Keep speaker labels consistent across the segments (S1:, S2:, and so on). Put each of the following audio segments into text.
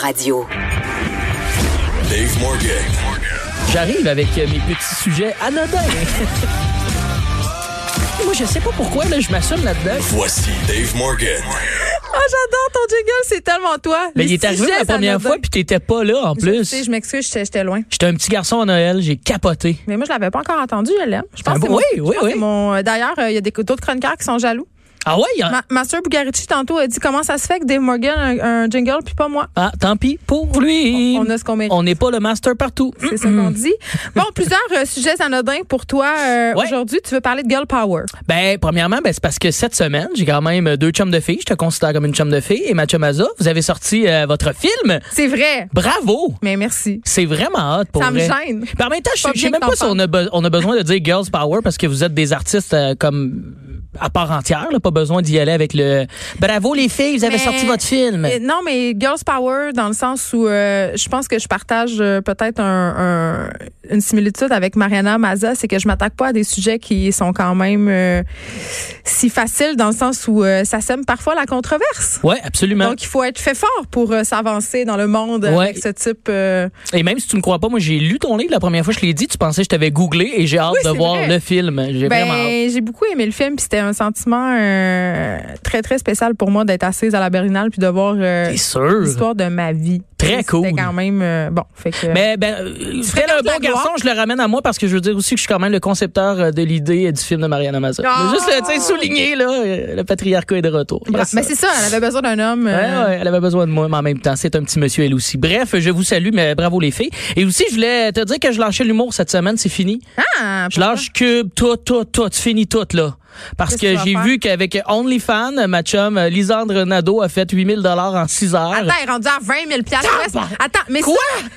S1: Radio.
S2: Dave Morgan.
S3: J'arrive avec euh, mes petits sujets anodins. Moi, je sais pas pourquoi, là, je m'assume là-dedans.
S2: Voici Dave Morgan.
S4: Ah, j'adore ton jingle, c'est tellement toi.
S3: Mais
S4: Les
S3: Ben, il est arrivé
S4: sujets
S3: la première
S4: anodins.
S3: fois, puis t'étais pas là, en
S4: Je
S3: plus.
S4: sais, je m'excuse, j'étais j'étais loin.
S3: J'étais un petit garçon à Noël, j'ai capoté.
S4: Mais moi, je l'avais pas encore entendu, je l'aime. Je pense
S3: Ah
S4: que c'est
S3: bon,
S4: mon-
S3: oui,
S4: je
S3: oui,
S4: pense que
S3: oui.
S4: c'est mon- euh, D'ailleurs, euh, il y a des- d'autres chroniqueurs qui sont jaloux.
S3: Ah ouais? il y a-
S4: Ma, ma soeur Bugarici, tantôt, a dit comment ça se fait que Dave Morgan a un, un jingle, puis pas moi.
S3: Ah, tant pis pour lui.
S4: On a ce qu'on mérite.
S3: On n'est pas le master partout.
S4: C'est ça qu'on dit. Bon, plusieurs euh, sujets anodins pour toi euh,
S3: Ouais.
S4: aujourd'hui. Tu veux parler de girl power.
S3: Ben, premièrement, ben, c'est parce que cette semaine, j'ai quand même deux chums de filles. Je te considère comme une chum de filles. Et ma chumaza, vous avez sorti euh, votre film.
S4: C'est vrai.
S3: Bravo!
S4: Mais merci.
S3: C'est vraiment hot pour
S4: Ça me
S3: vrai.
S4: gêne.
S3: Puis en même temps, je
S4: Pas
S3: je sais
S4: bien
S3: même
S4: que
S3: pas
S4: t'en
S3: si on a, be- on a besoin de dire Girls Power parce que vous êtes des artistes euh, comme à part entière, là, pas besoin d'y aller avec le Bravo les filles, vous avez
S4: Mais-
S3: sorti votre film.
S4: Euh, non, mais Girls Power, dans le sens où euh, je pense que je partage euh, peut-être un- un- une similitude avec Mariana Maza, c'est que je m'attaque pas à des sujets qui sont quand même euh, si faciles, dans le sens où euh, ça sème parfois la controverse.
S3: Ouais, absolument.
S4: Donc, il faut être fait fort pour euh, s'avancer dans le monde
S3: Ouais.
S4: avec ce type. euh,
S3: et même si tu me crois pas, moi j'ai lu ton livre la première fois, je l'ai dit, tu pensais que je t'avais googlé et j'ai hâte
S4: Oui,
S3: de
S4: c'est
S3: voir
S4: vrai.
S3: le film. J'ai
S4: Ben,
S3: vraiment hâte.
S4: j'ai beaucoup aimé le film, puis c'était un sentiment euh, très très spécial pour moi d'être assise à la Berlinale puis de voir euh,
S3: C'est sûr.
S4: l'histoire de ma vie.
S3: Très cool.
S4: C'était quand même euh, bon. Fait que,
S3: Mais ben, euh, tel un
S4: fréquentes
S3: bon
S4: la gloire.
S3: garçon, je le ramène à moi parce que je veux dire aussi que je suis quand même le concepteur euh, de l'idée euh, du film de Mariana Mazza.
S4: Oh!
S3: Juste le, tu sais, souligner là, euh, le patriarcat est de retour.
S4: Bra-
S3: Yes.
S4: Ah, Mais c'est ça, elle avait besoin d'un homme.
S3: Ouais,
S4: euh,
S3: ouais, elle avait besoin de moi, mais en même temps, c'est un petit monsieur, elle aussi. Bref, je vous salue, mais bravo les filles. Et aussi, je voulais te dire que je lâchais l'humour cette semaine, c'est fini.
S4: Ah,
S3: Je lâche Cube, tout, tout, tout, fini tout, là. Parce
S4: Qu'est-ce que
S3: que
S4: tu vas
S3: j'ai
S4: faire?
S3: vu qu'avec OnlyFans, ma chum euh, Lisandre Nadeau a fait 8000 dollars en 6 heures.
S4: Attends, elle est rendue à 20 000 piastres
S3: Ah,
S4: US.
S3: bah.
S4: Attends, mais
S3: Quoi?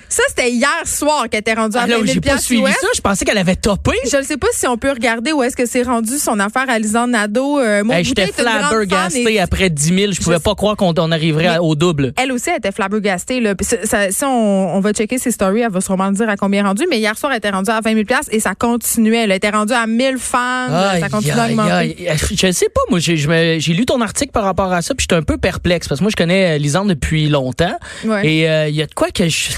S4: ça, ça, c'était hier soir qu'elle était rendue à
S3: Ah, là,
S4: 20
S3: j'ai
S4: 000
S3: pas
S4: piastres
S3: suivi
S4: US.
S3: ça, je pensais qu'elle avait topé.
S4: Je ne sais pas si on peut regarder où est-ce que c'est rendu son affaire à Lisanne Nadeau. Euh, Maud
S3: Hey, J'étais
S4: Boutet est une grande fan
S3: flabbergastée
S4: et-
S3: après 10 000, je pouvais
S4: sais-
S3: pas croire qu'on on arriverait à-
S4: Mais-
S3: au double.
S4: Elle aussi, elle était flabbergastée. Là. Puis ça- ça- si on, on va checker ses stories, elle va sûrement dire à combien elle est rendue. Mais hier soir, elle était rendue à 20 000 piastres et ça continuait. Elle était rendue à 1000 fans.
S3: Ah, Aïe,
S4: Euh, ça continue
S3: aïe, aïe.
S4: d'augmenter.
S3: Euh, Je sais pas, moi, j'ai je me- j'ai lu ton article par rapport à ça, puis j'étais un peu perplexe parce que moi, je connais euh, Lisande depuis longtemps.
S4: Ouais.
S3: Et euh, il y a de quoi que je.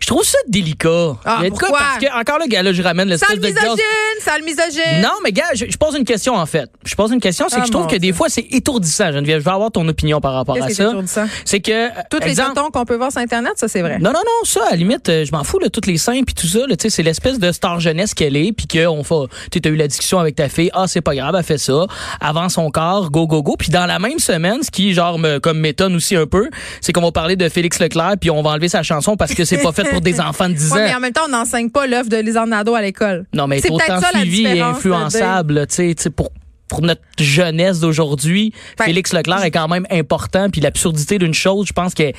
S3: Je trouve ça délicat.
S4: Ah,
S3: Il y a de quoi
S4: pourquoi?
S3: parce que, encore là, gars, là, je ramène le
S4: Sale
S3: style de
S4: misogyne,
S3: girls.
S4: sale misogyne.
S3: Non, mais gars, je, je pose une question en fait. Je pose une question, c'est
S4: Ah,
S3: que je trouve
S4: mon
S3: que des fois c'est étourdissant. Geneviève, je veux avoir ton opinion par rapport à
S4: Qu'est-ce qui est
S3: ça.
S4: étourdissant?
S3: C'est que
S4: Toutes les
S3: exemple-
S4: tontons qu'on peut voir sur Internet, ça, c'est vrai.
S3: non, non, non, ça, à la limite, euh, je m'en fous, là, toutes les seins puis tout ça, là, tu sais, c'est l'espèce de star jeunesse qu'elle est, puis qu'on fait, tu as eu la discussion avec ta fille, ah, c'est pas grave, elle fait ça, avant son corps, go, go, go, puis dans la même semaine, ce qui, genre, me, comme m'étonne aussi un peu, c'est qu'on va parler de Félix Leclerc, puis on va enlever sa chanson parce que c'est pas fait pour des enfants de 10 ans.
S4: Ouais, mais en même temps, on n'enseigne pas l'œuvre de Lisanne Nadeau à l'école.
S3: Non, mais
S4: c'est
S3: être autant
S4: peut-être ça la
S3: suivi et
S4: différence,
S3: influençable, là, tu sais, tu sais, pour pour notre jeunesse d'aujourd'hui,
S4: Fait-
S3: Félix Leclerc est quand même important, puis l'absurdité d'une chose, je pense qu'elle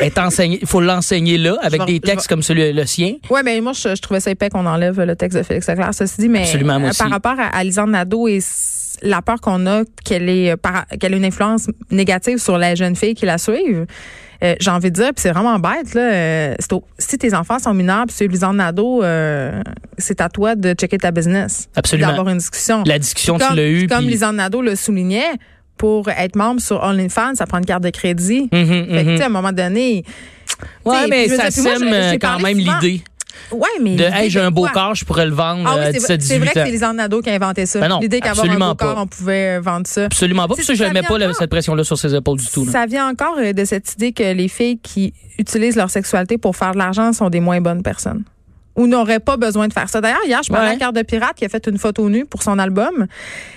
S3: est enseignée, il faut l'enseigner là, avec
S4: vais-
S3: des
S4: je vais-
S3: textes comme celui le sien.
S4: Oui, mais moi, je, je trouvais ça épais qu'on enlève le texte de Félix Leclerc. Ceci dit, mais euh,
S3: Absolument, moi aussi.
S4: par rapport à, à Lisanne Nadeau et s- la peur qu'on a qu'elle ait, euh, par- qu'elle ait une influence négative sur la jeune fille qui la suivent, euh, j'ai envie de dire, puis c'est vraiment bête, là, euh, c'est au- si tes enfants sont mineurs, puis c'est Lisanne Nadeau, euh, c'est à toi de checker ta business.
S3: Absolument.
S4: D'avoir une discussion.
S3: La discussion, tu
S4: comme,
S3: l'as eue.
S4: Comme
S3: puis-
S4: Lisanne Nadeau le soulignait, pour être membre sur OnlyFans, ça prend une carte de crédit.
S3: Mhm,
S4: Fait que,
S3: mhm.
S4: tu sais, à un moment donné. tu
S3: Ouais,
S4: sais,
S3: mais
S4: puis je veux
S3: ça
S4: dire, puis moi,
S3: sème
S4: je- j'ai
S3: euh, quand
S4: parlé
S3: même
S4: souvent
S3: l'idée
S4: Ouais, mais.
S3: de
S4: l'idée
S3: hey, j'ai
S4: de
S3: un beau
S4: quoi?
S3: corps, je pourrais le vendre
S4: Ah
S3: euh, à
S4: oui, c'est vrai- c'est vrai
S3: 17-18
S4: que
S3: ans.
S4: c'est Lisanne Nadeau qui a inventé ça.
S3: Ben non,
S4: L'idée qu'avoir un
S3: absolument
S4: beau corps,
S3: pas.
S4: on pouvait euh, vendre ça.
S3: Absolument pas.
S4: C'est-
S3: Puis ça, je
S4: ça
S3: ne mets
S4: vient
S3: pas la-
S4: encore.
S3: cette pression-là sur ses épaules du tout. là.
S4: Ça vient encore euh, de cette idée que les filles qui utilisent leur sexualité pour faire de l'argent sont des moins bonnes personnes ou n'auraient pas besoin de faire ça. D'ailleurs, hier, je parlais
S3: Ouais.
S4: à Cœur de Pirate qui a fait une photo nue pour son album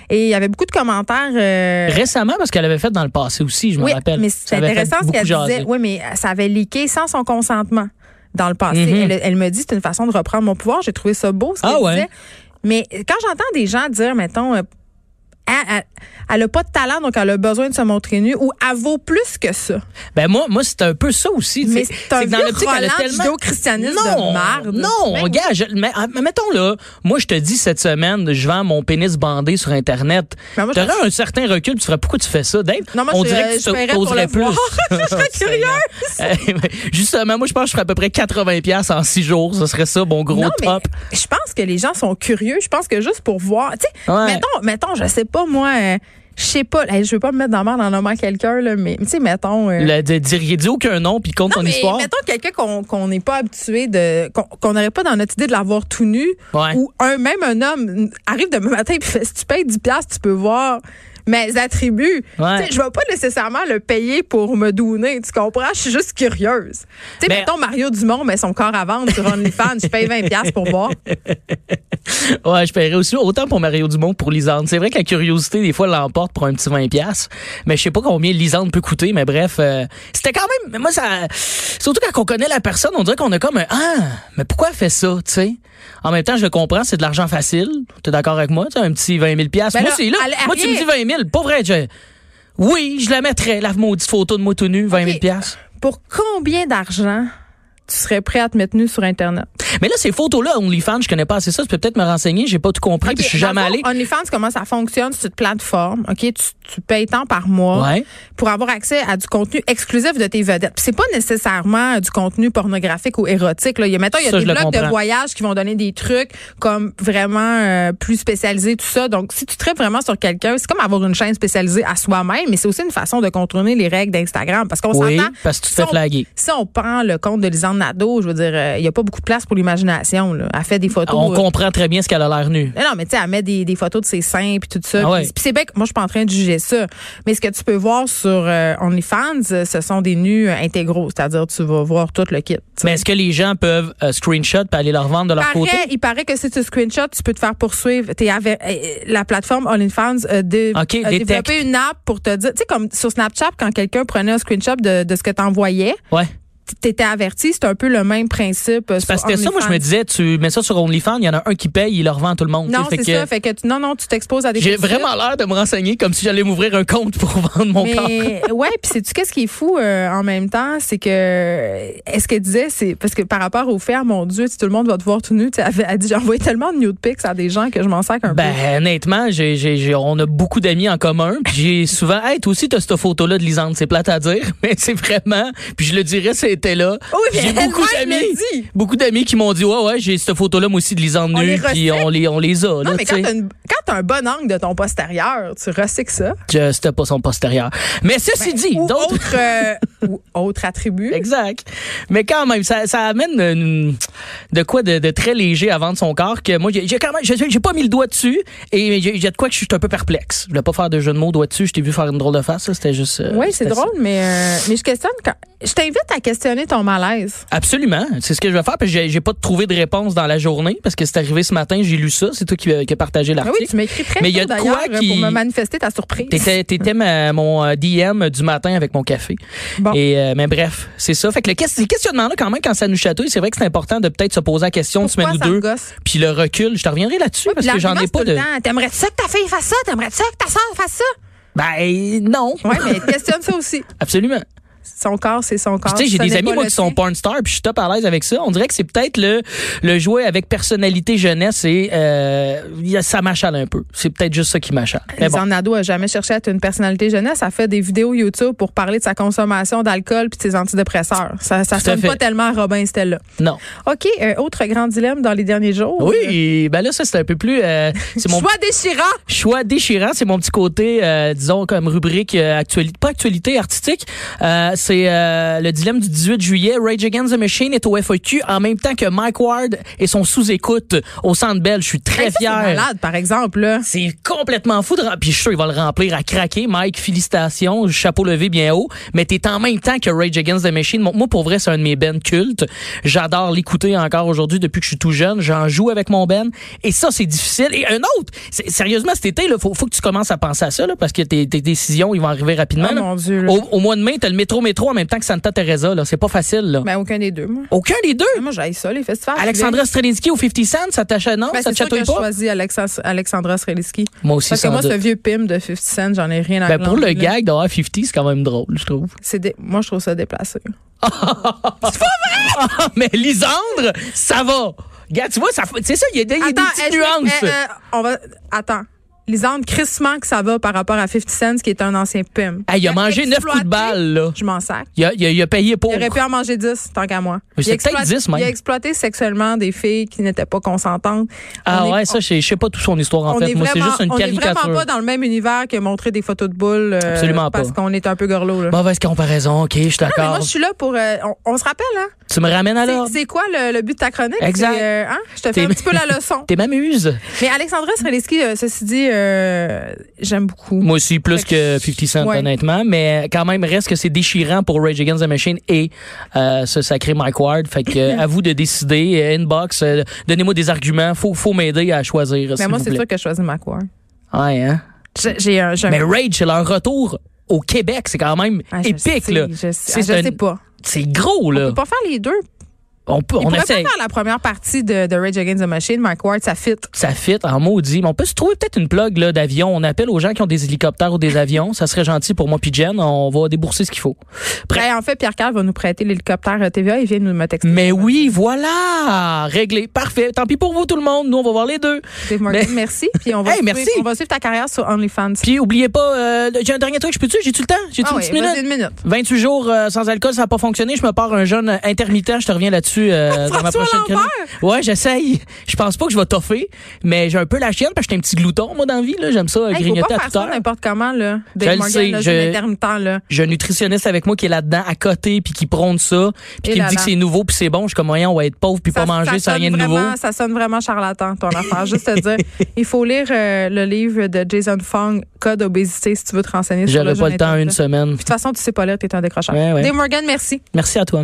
S4: et il y avait beaucoup de commentaires. euh,
S3: Récemment, parce qu'elle avait fait dans le passé aussi, je me
S4: oui,
S3: rappelle.
S4: mais
S3: Ça
S4: c'est
S3: avait fait
S4: intéressant ce
S3: beaucoup
S4: qu'elle
S3: jaser.
S4: disait. Oui, mais ça avait leaké sans son consentement dans le passé.
S3: Mhm.
S4: elle, elle me dit c'est une façon de reprendre mon pouvoir. J'ai trouvé ça beau ce
S3: Ah
S4: qu'elle
S3: ouais.
S4: disait. Mais quand j'entends des gens dire, mettons, euh, Ah, elle- elle a pas de talent, donc elle a besoin de se montrer nue, ou elle vaut plus que ça.
S3: Ben moi, moi c'est un peu ça aussi. tu
S4: Mais
S3: sais.
S4: c'est un
S3: que dans
S4: vieux
S3: l'optique, elle a
S4: Roland
S3: tellement-
S4: judéo-christianiste
S3: non,
S4: de marde.
S3: Non,
S4: Ben
S3: gars, je- mais, ah, mais mettons là, moi je te dis cette semaine, je vends mon pénis bandé sur Internet.
S4: Ben, moi, je-
S3: T'aurais un certain recul, tu ferais pourquoi tu fais ça, Dave?
S4: Non, moi,
S3: On
S4: je-
S3: dirait que
S4: je
S3: tu
S4: paierais
S3: te-
S4: pour
S3: oserais
S4: le
S3: plus. Oh,
S4: voir. Je serais
S3: Seigneur. Eh, Justement, moi je pense que je ferais à peu près 80$ piastres en 6 jours. Ce serait ça, mon gros
S4: non, mais euh,
S3: top.
S4: je pense que les gens sont curieux. Je pense que juste pour voir, tu sais,
S3: Ouais.
S4: mettons, mettons, je sais pas moi, euh, Je sais pas, hey, je veux pas me mettre dans la merde en nommant quelqu'un, là, mais tu sais, mettons. euh,
S3: Le- de- Dire, dis aucun nom, puis compte
S4: non,
S3: ton
S4: mais
S3: histoire.
S4: Mettons quelqu'un qu'on qu'on n'est pas habitué de. qu'on qu'on n'aurait pas dans notre idée de l'avoir tout nu.
S3: Ouais.
S4: Ou un, même un homme arrive demain matin et fait si tu payes 10$, piastres, tu peux voir mes attributs.
S3: Ouais.
S4: Tu sais, Je ne vais pas nécessairement le payer pour me donner. Tu comprends? Je suis juste curieuse. Tu sais,
S3: Ben-
S4: mettons Mario Dumont, mais son corps à vendre sur OnlyFans, je paye 20$ piastres pour voir.
S3: Ouais, je paierais aussi autant pour Mario Dumont que pour Lisande. C'est vrai que la curiosité, des fois, l'emporte pour un petit 20$. piastres, Mais je sais pas combien Lisande peut coûter, mais bref, euh, c'était quand même. mais Moi, ça. Surtout quand on connaît la personne, on dirait qu'on a comme un Ah, mais pourquoi elle fait ça, tu sais? En même temps, je le comprends, c'est de l'argent facile. T'es d'accord avec moi? Tu sais, un petit 20 000$. piastres.
S4: Ben
S3: moi,
S4: là,
S3: c'est là.
S4: elle- elle
S3: Moi, tu me
S4: rien-
S3: dis 20 000$. Pas vrai, je. Oui, je la mettrais, la maudite photo de moi tout nu, 20 000$.
S4: Ok.
S3: piastres.
S4: Pour combien d'argent tu serais prêt à te mettre nu sur Internet?
S3: Mais là, ces photos-là, OnlyFans, je connais pas assez ça. Je peux peut-être me renseigner. J'ai pas tout compris. puis je suis
S4: Dans le
S3: jamais
S4: fond,
S3: allé.
S4: OnlyFans, comment ça fonctionne? C'est une plateforme. OK? Tu, tu payes tant par mois
S3: Ouais.
S4: pour avoir accès à du contenu exclusif de tes vedettes. Puis c'est pas nécessairement euh, du contenu pornographique ou érotique. Là. Il y a, mettons, il y a
S3: Ça,
S4: des
S3: je le
S4: blogs de
S3: comprends.
S4: voyage qui vont donner des trucs comme vraiment euh, plus spécialisés, tout ça. Donc, si tu traites vraiment sur quelqu'un, c'est comme avoir une chaîne spécialisée à soi-même, mais c'est aussi une façon de contourner les règles d'Instagram. Parce qu'on
S3: Oui,
S4: s'entend.
S3: parce que tu te
S4: si
S3: fais
S4: on-
S3: flaguer.
S4: Si on prend le compte de Lisanne Nadeau, je veux dire, euh, il y a pas beaucoup de place pour l'imagination. là. Elle fait des photos.
S3: Ah, On
S4: euh,
S3: comprend très bien ce qu'elle a l'air nue.
S4: mais Non, mais tu sais, elle met des, des photos de ses seins puis tout ça.
S3: Ah ouais.
S4: Puis puis c'est bien que moi, je suis pas en train de juger ça. Mais ce que tu peux voir sur euh, OnlyFans, euh, ce sont des nus euh, intégraux. C'est-à-dire, tu vas voir tout le kit. tu sais.
S3: Mais est-ce que les gens peuvent euh, screenshot puis aller leur vendre de leur
S4: Il
S3: côté?
S4: paraît, il paraît que si tu screenshot, tu peux te faire poursuivre. T'es avec- euh, la plateforme OnlyFans a, dé-
S3: Ok,
S4: a
S3: détecte.
S4: développé une app pour te dire, tu sais, comme sur Snapchat, quand quelqu'un prenait un screenshot de, de ce que t'envoyais,
S3: Ouais.
S4: t'étais averti. C'est un peu le même principe. euh, sur
S3: Parce que c'était ça, moi, je me
S4: OnlyFans.
S3: disais, tu mets ça sur OnlyFans, il y en a un qui paye, il le revend à tout le monde.
S4: Non,
S3: tu sais, fait
S4: c'est
S3: que
S4: ça. Fait que tu- non, non, tu t'exposes à des
S3: J'ai
S4: poursuites.
S3: vraiment l'air de me renseigner comme si j'allais m'ouvrir un compte pour vendre mon corps.
S4: Mais ouais, puis sais-tu qu'est-ce qui est fou euh, en même temps, c'est que euh, est-ce qu'elle disait c'est parce que par rapport aux fer, mon Dieu, si tout le monde va te voir tout nu, tu sais, elle, avait- elle dit j'ai envoyé tellement de nude pics à des gens que je m'en sers qu'un peu.
S3: Ben, honnêtement, j'ai, j'ai, j'ai- on a beaucoup d'amis en commun. Puis j'ai souvent, hey, toi aussi, t'as cette photo-là de Lisande. C'est plate à dire, mais c'est vraiment. Puis je le dirais, c'était là.
S4: Oui, mais
S3: j'ai
S4: elle-même
S3: beaucoup
S4: me
S3: d'amis.
S4: le dit.
S3: Beaucoup d'amis qui m'ont dit, ouais, ouais, j'ai cette photo-là, moi aussi, de Lisande
S4: On les
S3: nue. Puis
S4: recycle.
S3: on les, on les a,
S4: Non,
S3: là,
S4: mais
S3: Oh, tu
S4: quand
S3: sais.
S4: t'as une- quand t'as un bon angle de ton postérieur, tu recycles ça.
S3: Je- C'était pas son postérieur. Mais ceci dit,
S4: Ben, ou
S3: d'autres.
S4: autre, euh, ou autre attribut.
S3: Exact. Mais quand même, ça, ça amène euh, une- de quoi de, de très léger à vendre son corps que moi, j'ai j'ai quand même, j'ai j'ai pas mis le doigt dessus et j'ai j'ai de quoi que je suis un peu perplexe. Je voulais pas faire de jeu de mots doigt dessus, je t'ai vu faire une drôle de face, ça, c'était juste. euh,
S4: Oui, c'est
S3: c'était ça.
S4: drôle, mais, euh, mais je questionne. quand- je t'invite à questionner ton malaise.
S3: Absolument. C'est ce que je vais faire parce que j'ai- j'ai pas trouvé de réponse dans la journée parce que c'est arrivé ce matin, j'ai lu ça, c'est toi qui, euh, qui as partagé
S4: Ah
S3: l'article.
S4: oui, tu m'écris très
S3: Mais il y
S4: tôt
S3: a de
S4: d'ailleurs
S3: quoi
S4: euh, pour
S3: qui-
S4: me manifester ta surprise.
S3: T'étais, t'étais ma- mon euh, DM du matin avec mon café.
S4: Bon.
S3: Et euh, mais bref, c'est ça. Fait que le ques- ces questionnements-là, quand même, quand ça nous chatouille, c'est vrai que c'est important de peut-être se poser la question une
S4: Pourquoi
S3: semaine ou
S4: ça me
S3: deux.
S4: gosse?
S3: Puis le recul, je te reviendrai là-dessus parce que j'en ai pas de.
S4: T'aimerais ça que ta fille fasse ça? T'aimerais ça que ta soeur fasse ça?
S3: Ben non,
S4: Oui, mais questionne ça aussi.
S3: absolument.
S4: Son corps, c'est son corps.
S3: Tu sais, j'ai
S4: Ce
S3: des
S4: n'est
S3: amis
S4: pas
S3: moi
S4: le
S3: qui sont
S4: tien.
S3: porn stars, puis je suis top à l'aise avec ça. On dirait que c'est peut-être le le jouet avec personnalité jeunesse et euh, y a- ça m'achale un peu. C'est peut-être juste ça qui m'achale. Mais bon.
S4: Lisanne Nadeau a jamais cherché à être une personnalité jeunesse. Elle fait des vidéos YouTube pour parler de sa consommation d'alcool puis de ses antidépresseurs. Ça, ça
S3: Tout à
S4: sonne
S3: fait.
S4: pas tellement à Robin Stella.
S3: Non.
S4: OK, euh, autre grand dilemme dans les derniers jours. Euh,
S3: Oui, ben là ça c'est un peu plus euh, c'est mon
S4: Choix déchirant.
S3: choix déchirant, c'est mon petit côté, euh, disons, comme rubrique euh, actualité, pas actualité artistique. Euh, c'est euh, le dilemme du 18 juillet. Rage Against the Machine est au FAQ en même temps que Mike Ward et son sous-écoute au Centre Bell. Je suis très
S4: Hey, ça, c'est
S3: fier.
S4: malade, par exemple. Là.
S3: C'est complètement fou de rem- puis je suis sûr il va le remplir à craquer Mike félicitations chapeau levé bien haut mais t'es en même temps que Rage Against the Machine Mon- moi pour vrai c'est un de mes bands cultes j'adore l'écouter encore aujourd'hui depuis que je suis tout jeune j'en joue avec mon band et ça c'est difficile et un autre c'est- sérieusement cet été là faut, faut que tu commences à penser à ça là, parce que tes, tes décisions ils vont arriver rapidement
S4: Oh,
S3: là.
S4: mon Dieu, là.
S3: Au, au mois de mai t'as le métro métro en même temps que Santa Teresa là c'est pas facile là.
S4: Ben, aucun des deux, moi.
S3: aucun des deux
S4: Moi, j'aille ça, les festivals.
S3: Alexandra Strelinsky ou 50 Cent ça t'achète non
S4: Ah, Ben,
S3: ça te
S4: c'est sûr que
S3: chatouille
S4: je
S3: pas
S4: choisis Alexa- Alexandra Streliski.
S3: Moi aussi,
S4: Parce que
S3: sans
S4: moi,
S3: doute.
S4: ce vieux pim de 50 Cent, j'en ai rien à
S3: ben pour
S4: glander,
S3: le
S4: là.
S3: gag d'avoir 50 c'est quand même drôle je trouve
S4: C'est dé- Moi, je trouve ça déplacé.
S3: Ah, mais Lisandre, ça va. Regarde, tu vois, ça, fait- c'est ça, il y a des, il y a des
S4: Attends,
S3: petites
S4: est-ce que-
S3: nuances.
S4: eh, euh, on va... Attends. Lisande, crissement que ça va par rapport à 50 Cent, qui est un ancien pum.
S3: Ah, il a mangé neuf coups de balle, là.
S4: Je m'en sac.
S3: Il a, il a- il a payé pour.
S4: Il aurait pu en manger 10, tant qu'à moi.
S3: Mais
S4: Il a
S3: c'est peut-être
S4: exploité-
S3: 10 même.
S4: Il a exploité sexuellement des filles qui n'étaient pas consentantes.
S3: Ah
S4: On est-
S3: ouais, ça, je sais- je sais pas tout son histoire, en
S4: on
S3: fait.
S4: est
S3: Moi, c'est
S4: vraiment-
S3: juste une
S4: on est vraiment
S3: caricature.
S4: pas dans le même univers que montrer des photos de boules. euh,
S3: Absolument pas.
S4: Parce qu'on est un peu gorlot, là.
S3: Mauvaise comparaison, ok, je suis
S4: Non, mais moi,
S3: d'accord.
S4: je suis là pour. euh, on, on se rappelle, hein?
S3: Tu me ramènes
S4: C'est-
S3: alors?
S4: C'est quoi le, le but de ta chronique?
S3: Exact.
S4: C'est, euh, hein? Je te
S3: T'es-
S4: fais un petit peu la leçon.
S3: T'es m'amuse.
S4: Mais Alexandra Sreliski, euh, ceci dit, euh, j'aime beaucoup.
S3: Moi aussi, plus
S4: Fait que-
S3: que 50 Cent,
S4: Ouais.
S3: honnêtement. Mais quand même, reste que c'est déchirant pour Rage Against the Machine et euh, ce sacré Mike Ward. Fait que, euh, à vous de décider. Euh, Inbox, euh, donnez-moi des arguments. Faut, faut m'aider à choisir,
S4: mais
S3: s'il
S4: moi,
S3: vous
S4: c'est
S3: plaît.
S4: sûr que je choisis McWar.
S3: Ouais, hein?
S4: J'ai j'ai un. j'ai un-
S3: Mais Rage, c'est leur retour au Québec. C'est quand même
S4: Ah, je
S3: épique,
S4: sais,
S3: là.
S4: Je, sais, ah,
S3: C'est
S4: je
S3: un-
S4: sais pas.
S3: C'est gros,
S4: On
S3: là.
S4: peut pas faire les deux.
S3: On peut,
S4: Il
S3: on
S4: pourrait
S3: essaie.
S4: pas faire la première partie de, de Rage Against the Machine. Mike Ward, ça fit.
S3: Ça fit en maudit. Mais on peut se trouver peut-être une plug là, d'avion. On appelle aux gens qui ont des hélicoptères ou des avions. Ça serait gentil pour moi puis Jen. On va débourser ce qu'il faut. Prêt.
S4: Hey, en fait, Pierre Carl va nous prêter l'hélicoptère euh, TVA. Il vient nous me texter.
S3: Mais oui, voilà! Réglé. Parfait. Tant pis pour vous, tout le monde. Nous, on va voir les deux.
S4: Dave Morgan,
S3: Mais-
S4: merci. Puis on va,
S3: Hey,
S4: suivre,
S3: merci.
S4: on va suivre ta carrière sur OnlyFans.
S3: Puis, oubliez pas, euh, j'ai un dernier truc. Je peux-tu? J'ai-tu le temps? J'ai-tu
S4: Ah
S3: une
S4: ouais,
S3: petite
S4: vas-y,
S3: minute?
S4: une minute.
S3: 28 jours euh, sans alcool, ça n'a pas fonctionné. Je me pars un jeune intermittent. Je te reviens là-dessus euh, dans ma
S4: François
S3: prochaine
S4: Lambert!
S3: chronique. Ouais, j'essaye. Je pense pas que je vais toffer, mais j'ai un peu la chienne parce que j'étais un petit glouton, moi, dans la vie. là. J'aime ça euh,
S4: Hey, faut
S3: grignoter
S4: pas
S3: à
S4: faire
S3: toute
S4: ça
S3: heure.
S4: n'importe comment, là.
S3: Je le
S4: Dave
S3: sais,
S4: Morgan, là,
S3: je-
S4: je... intermittent, là.
S3: J'ai un nutritionniste avec moi qui est là-dedans, à côté, puis qui prône ça, puis
S4: Et
S3: qui me
S4: là
S3: dit que
S4: là.
S3: c'est nouveau, puis c'est bon. Je suis comme, voyons, on va être pauvre, puis pas manger, ça
S4: sonne
S3: rien de
S4: vraiment,
S3: nouveau.
S4: Ça sonne vraiment charlatan, ton affaire. Juste te dire, il faut lire euh, le livre de Jason Fong, Code obésité, si tu veux te renseigner sur le
S3: J'aurais pas
S4: jeûne
S3: le temps une
S4: intermittent.
S3: semaine.
S4: Puis De toute façon, tu sais pas lire, t'es un décrocheur.
S3: Ouais, ouais.
S4: Dave Morgan, merci.
S3: Merci à toi.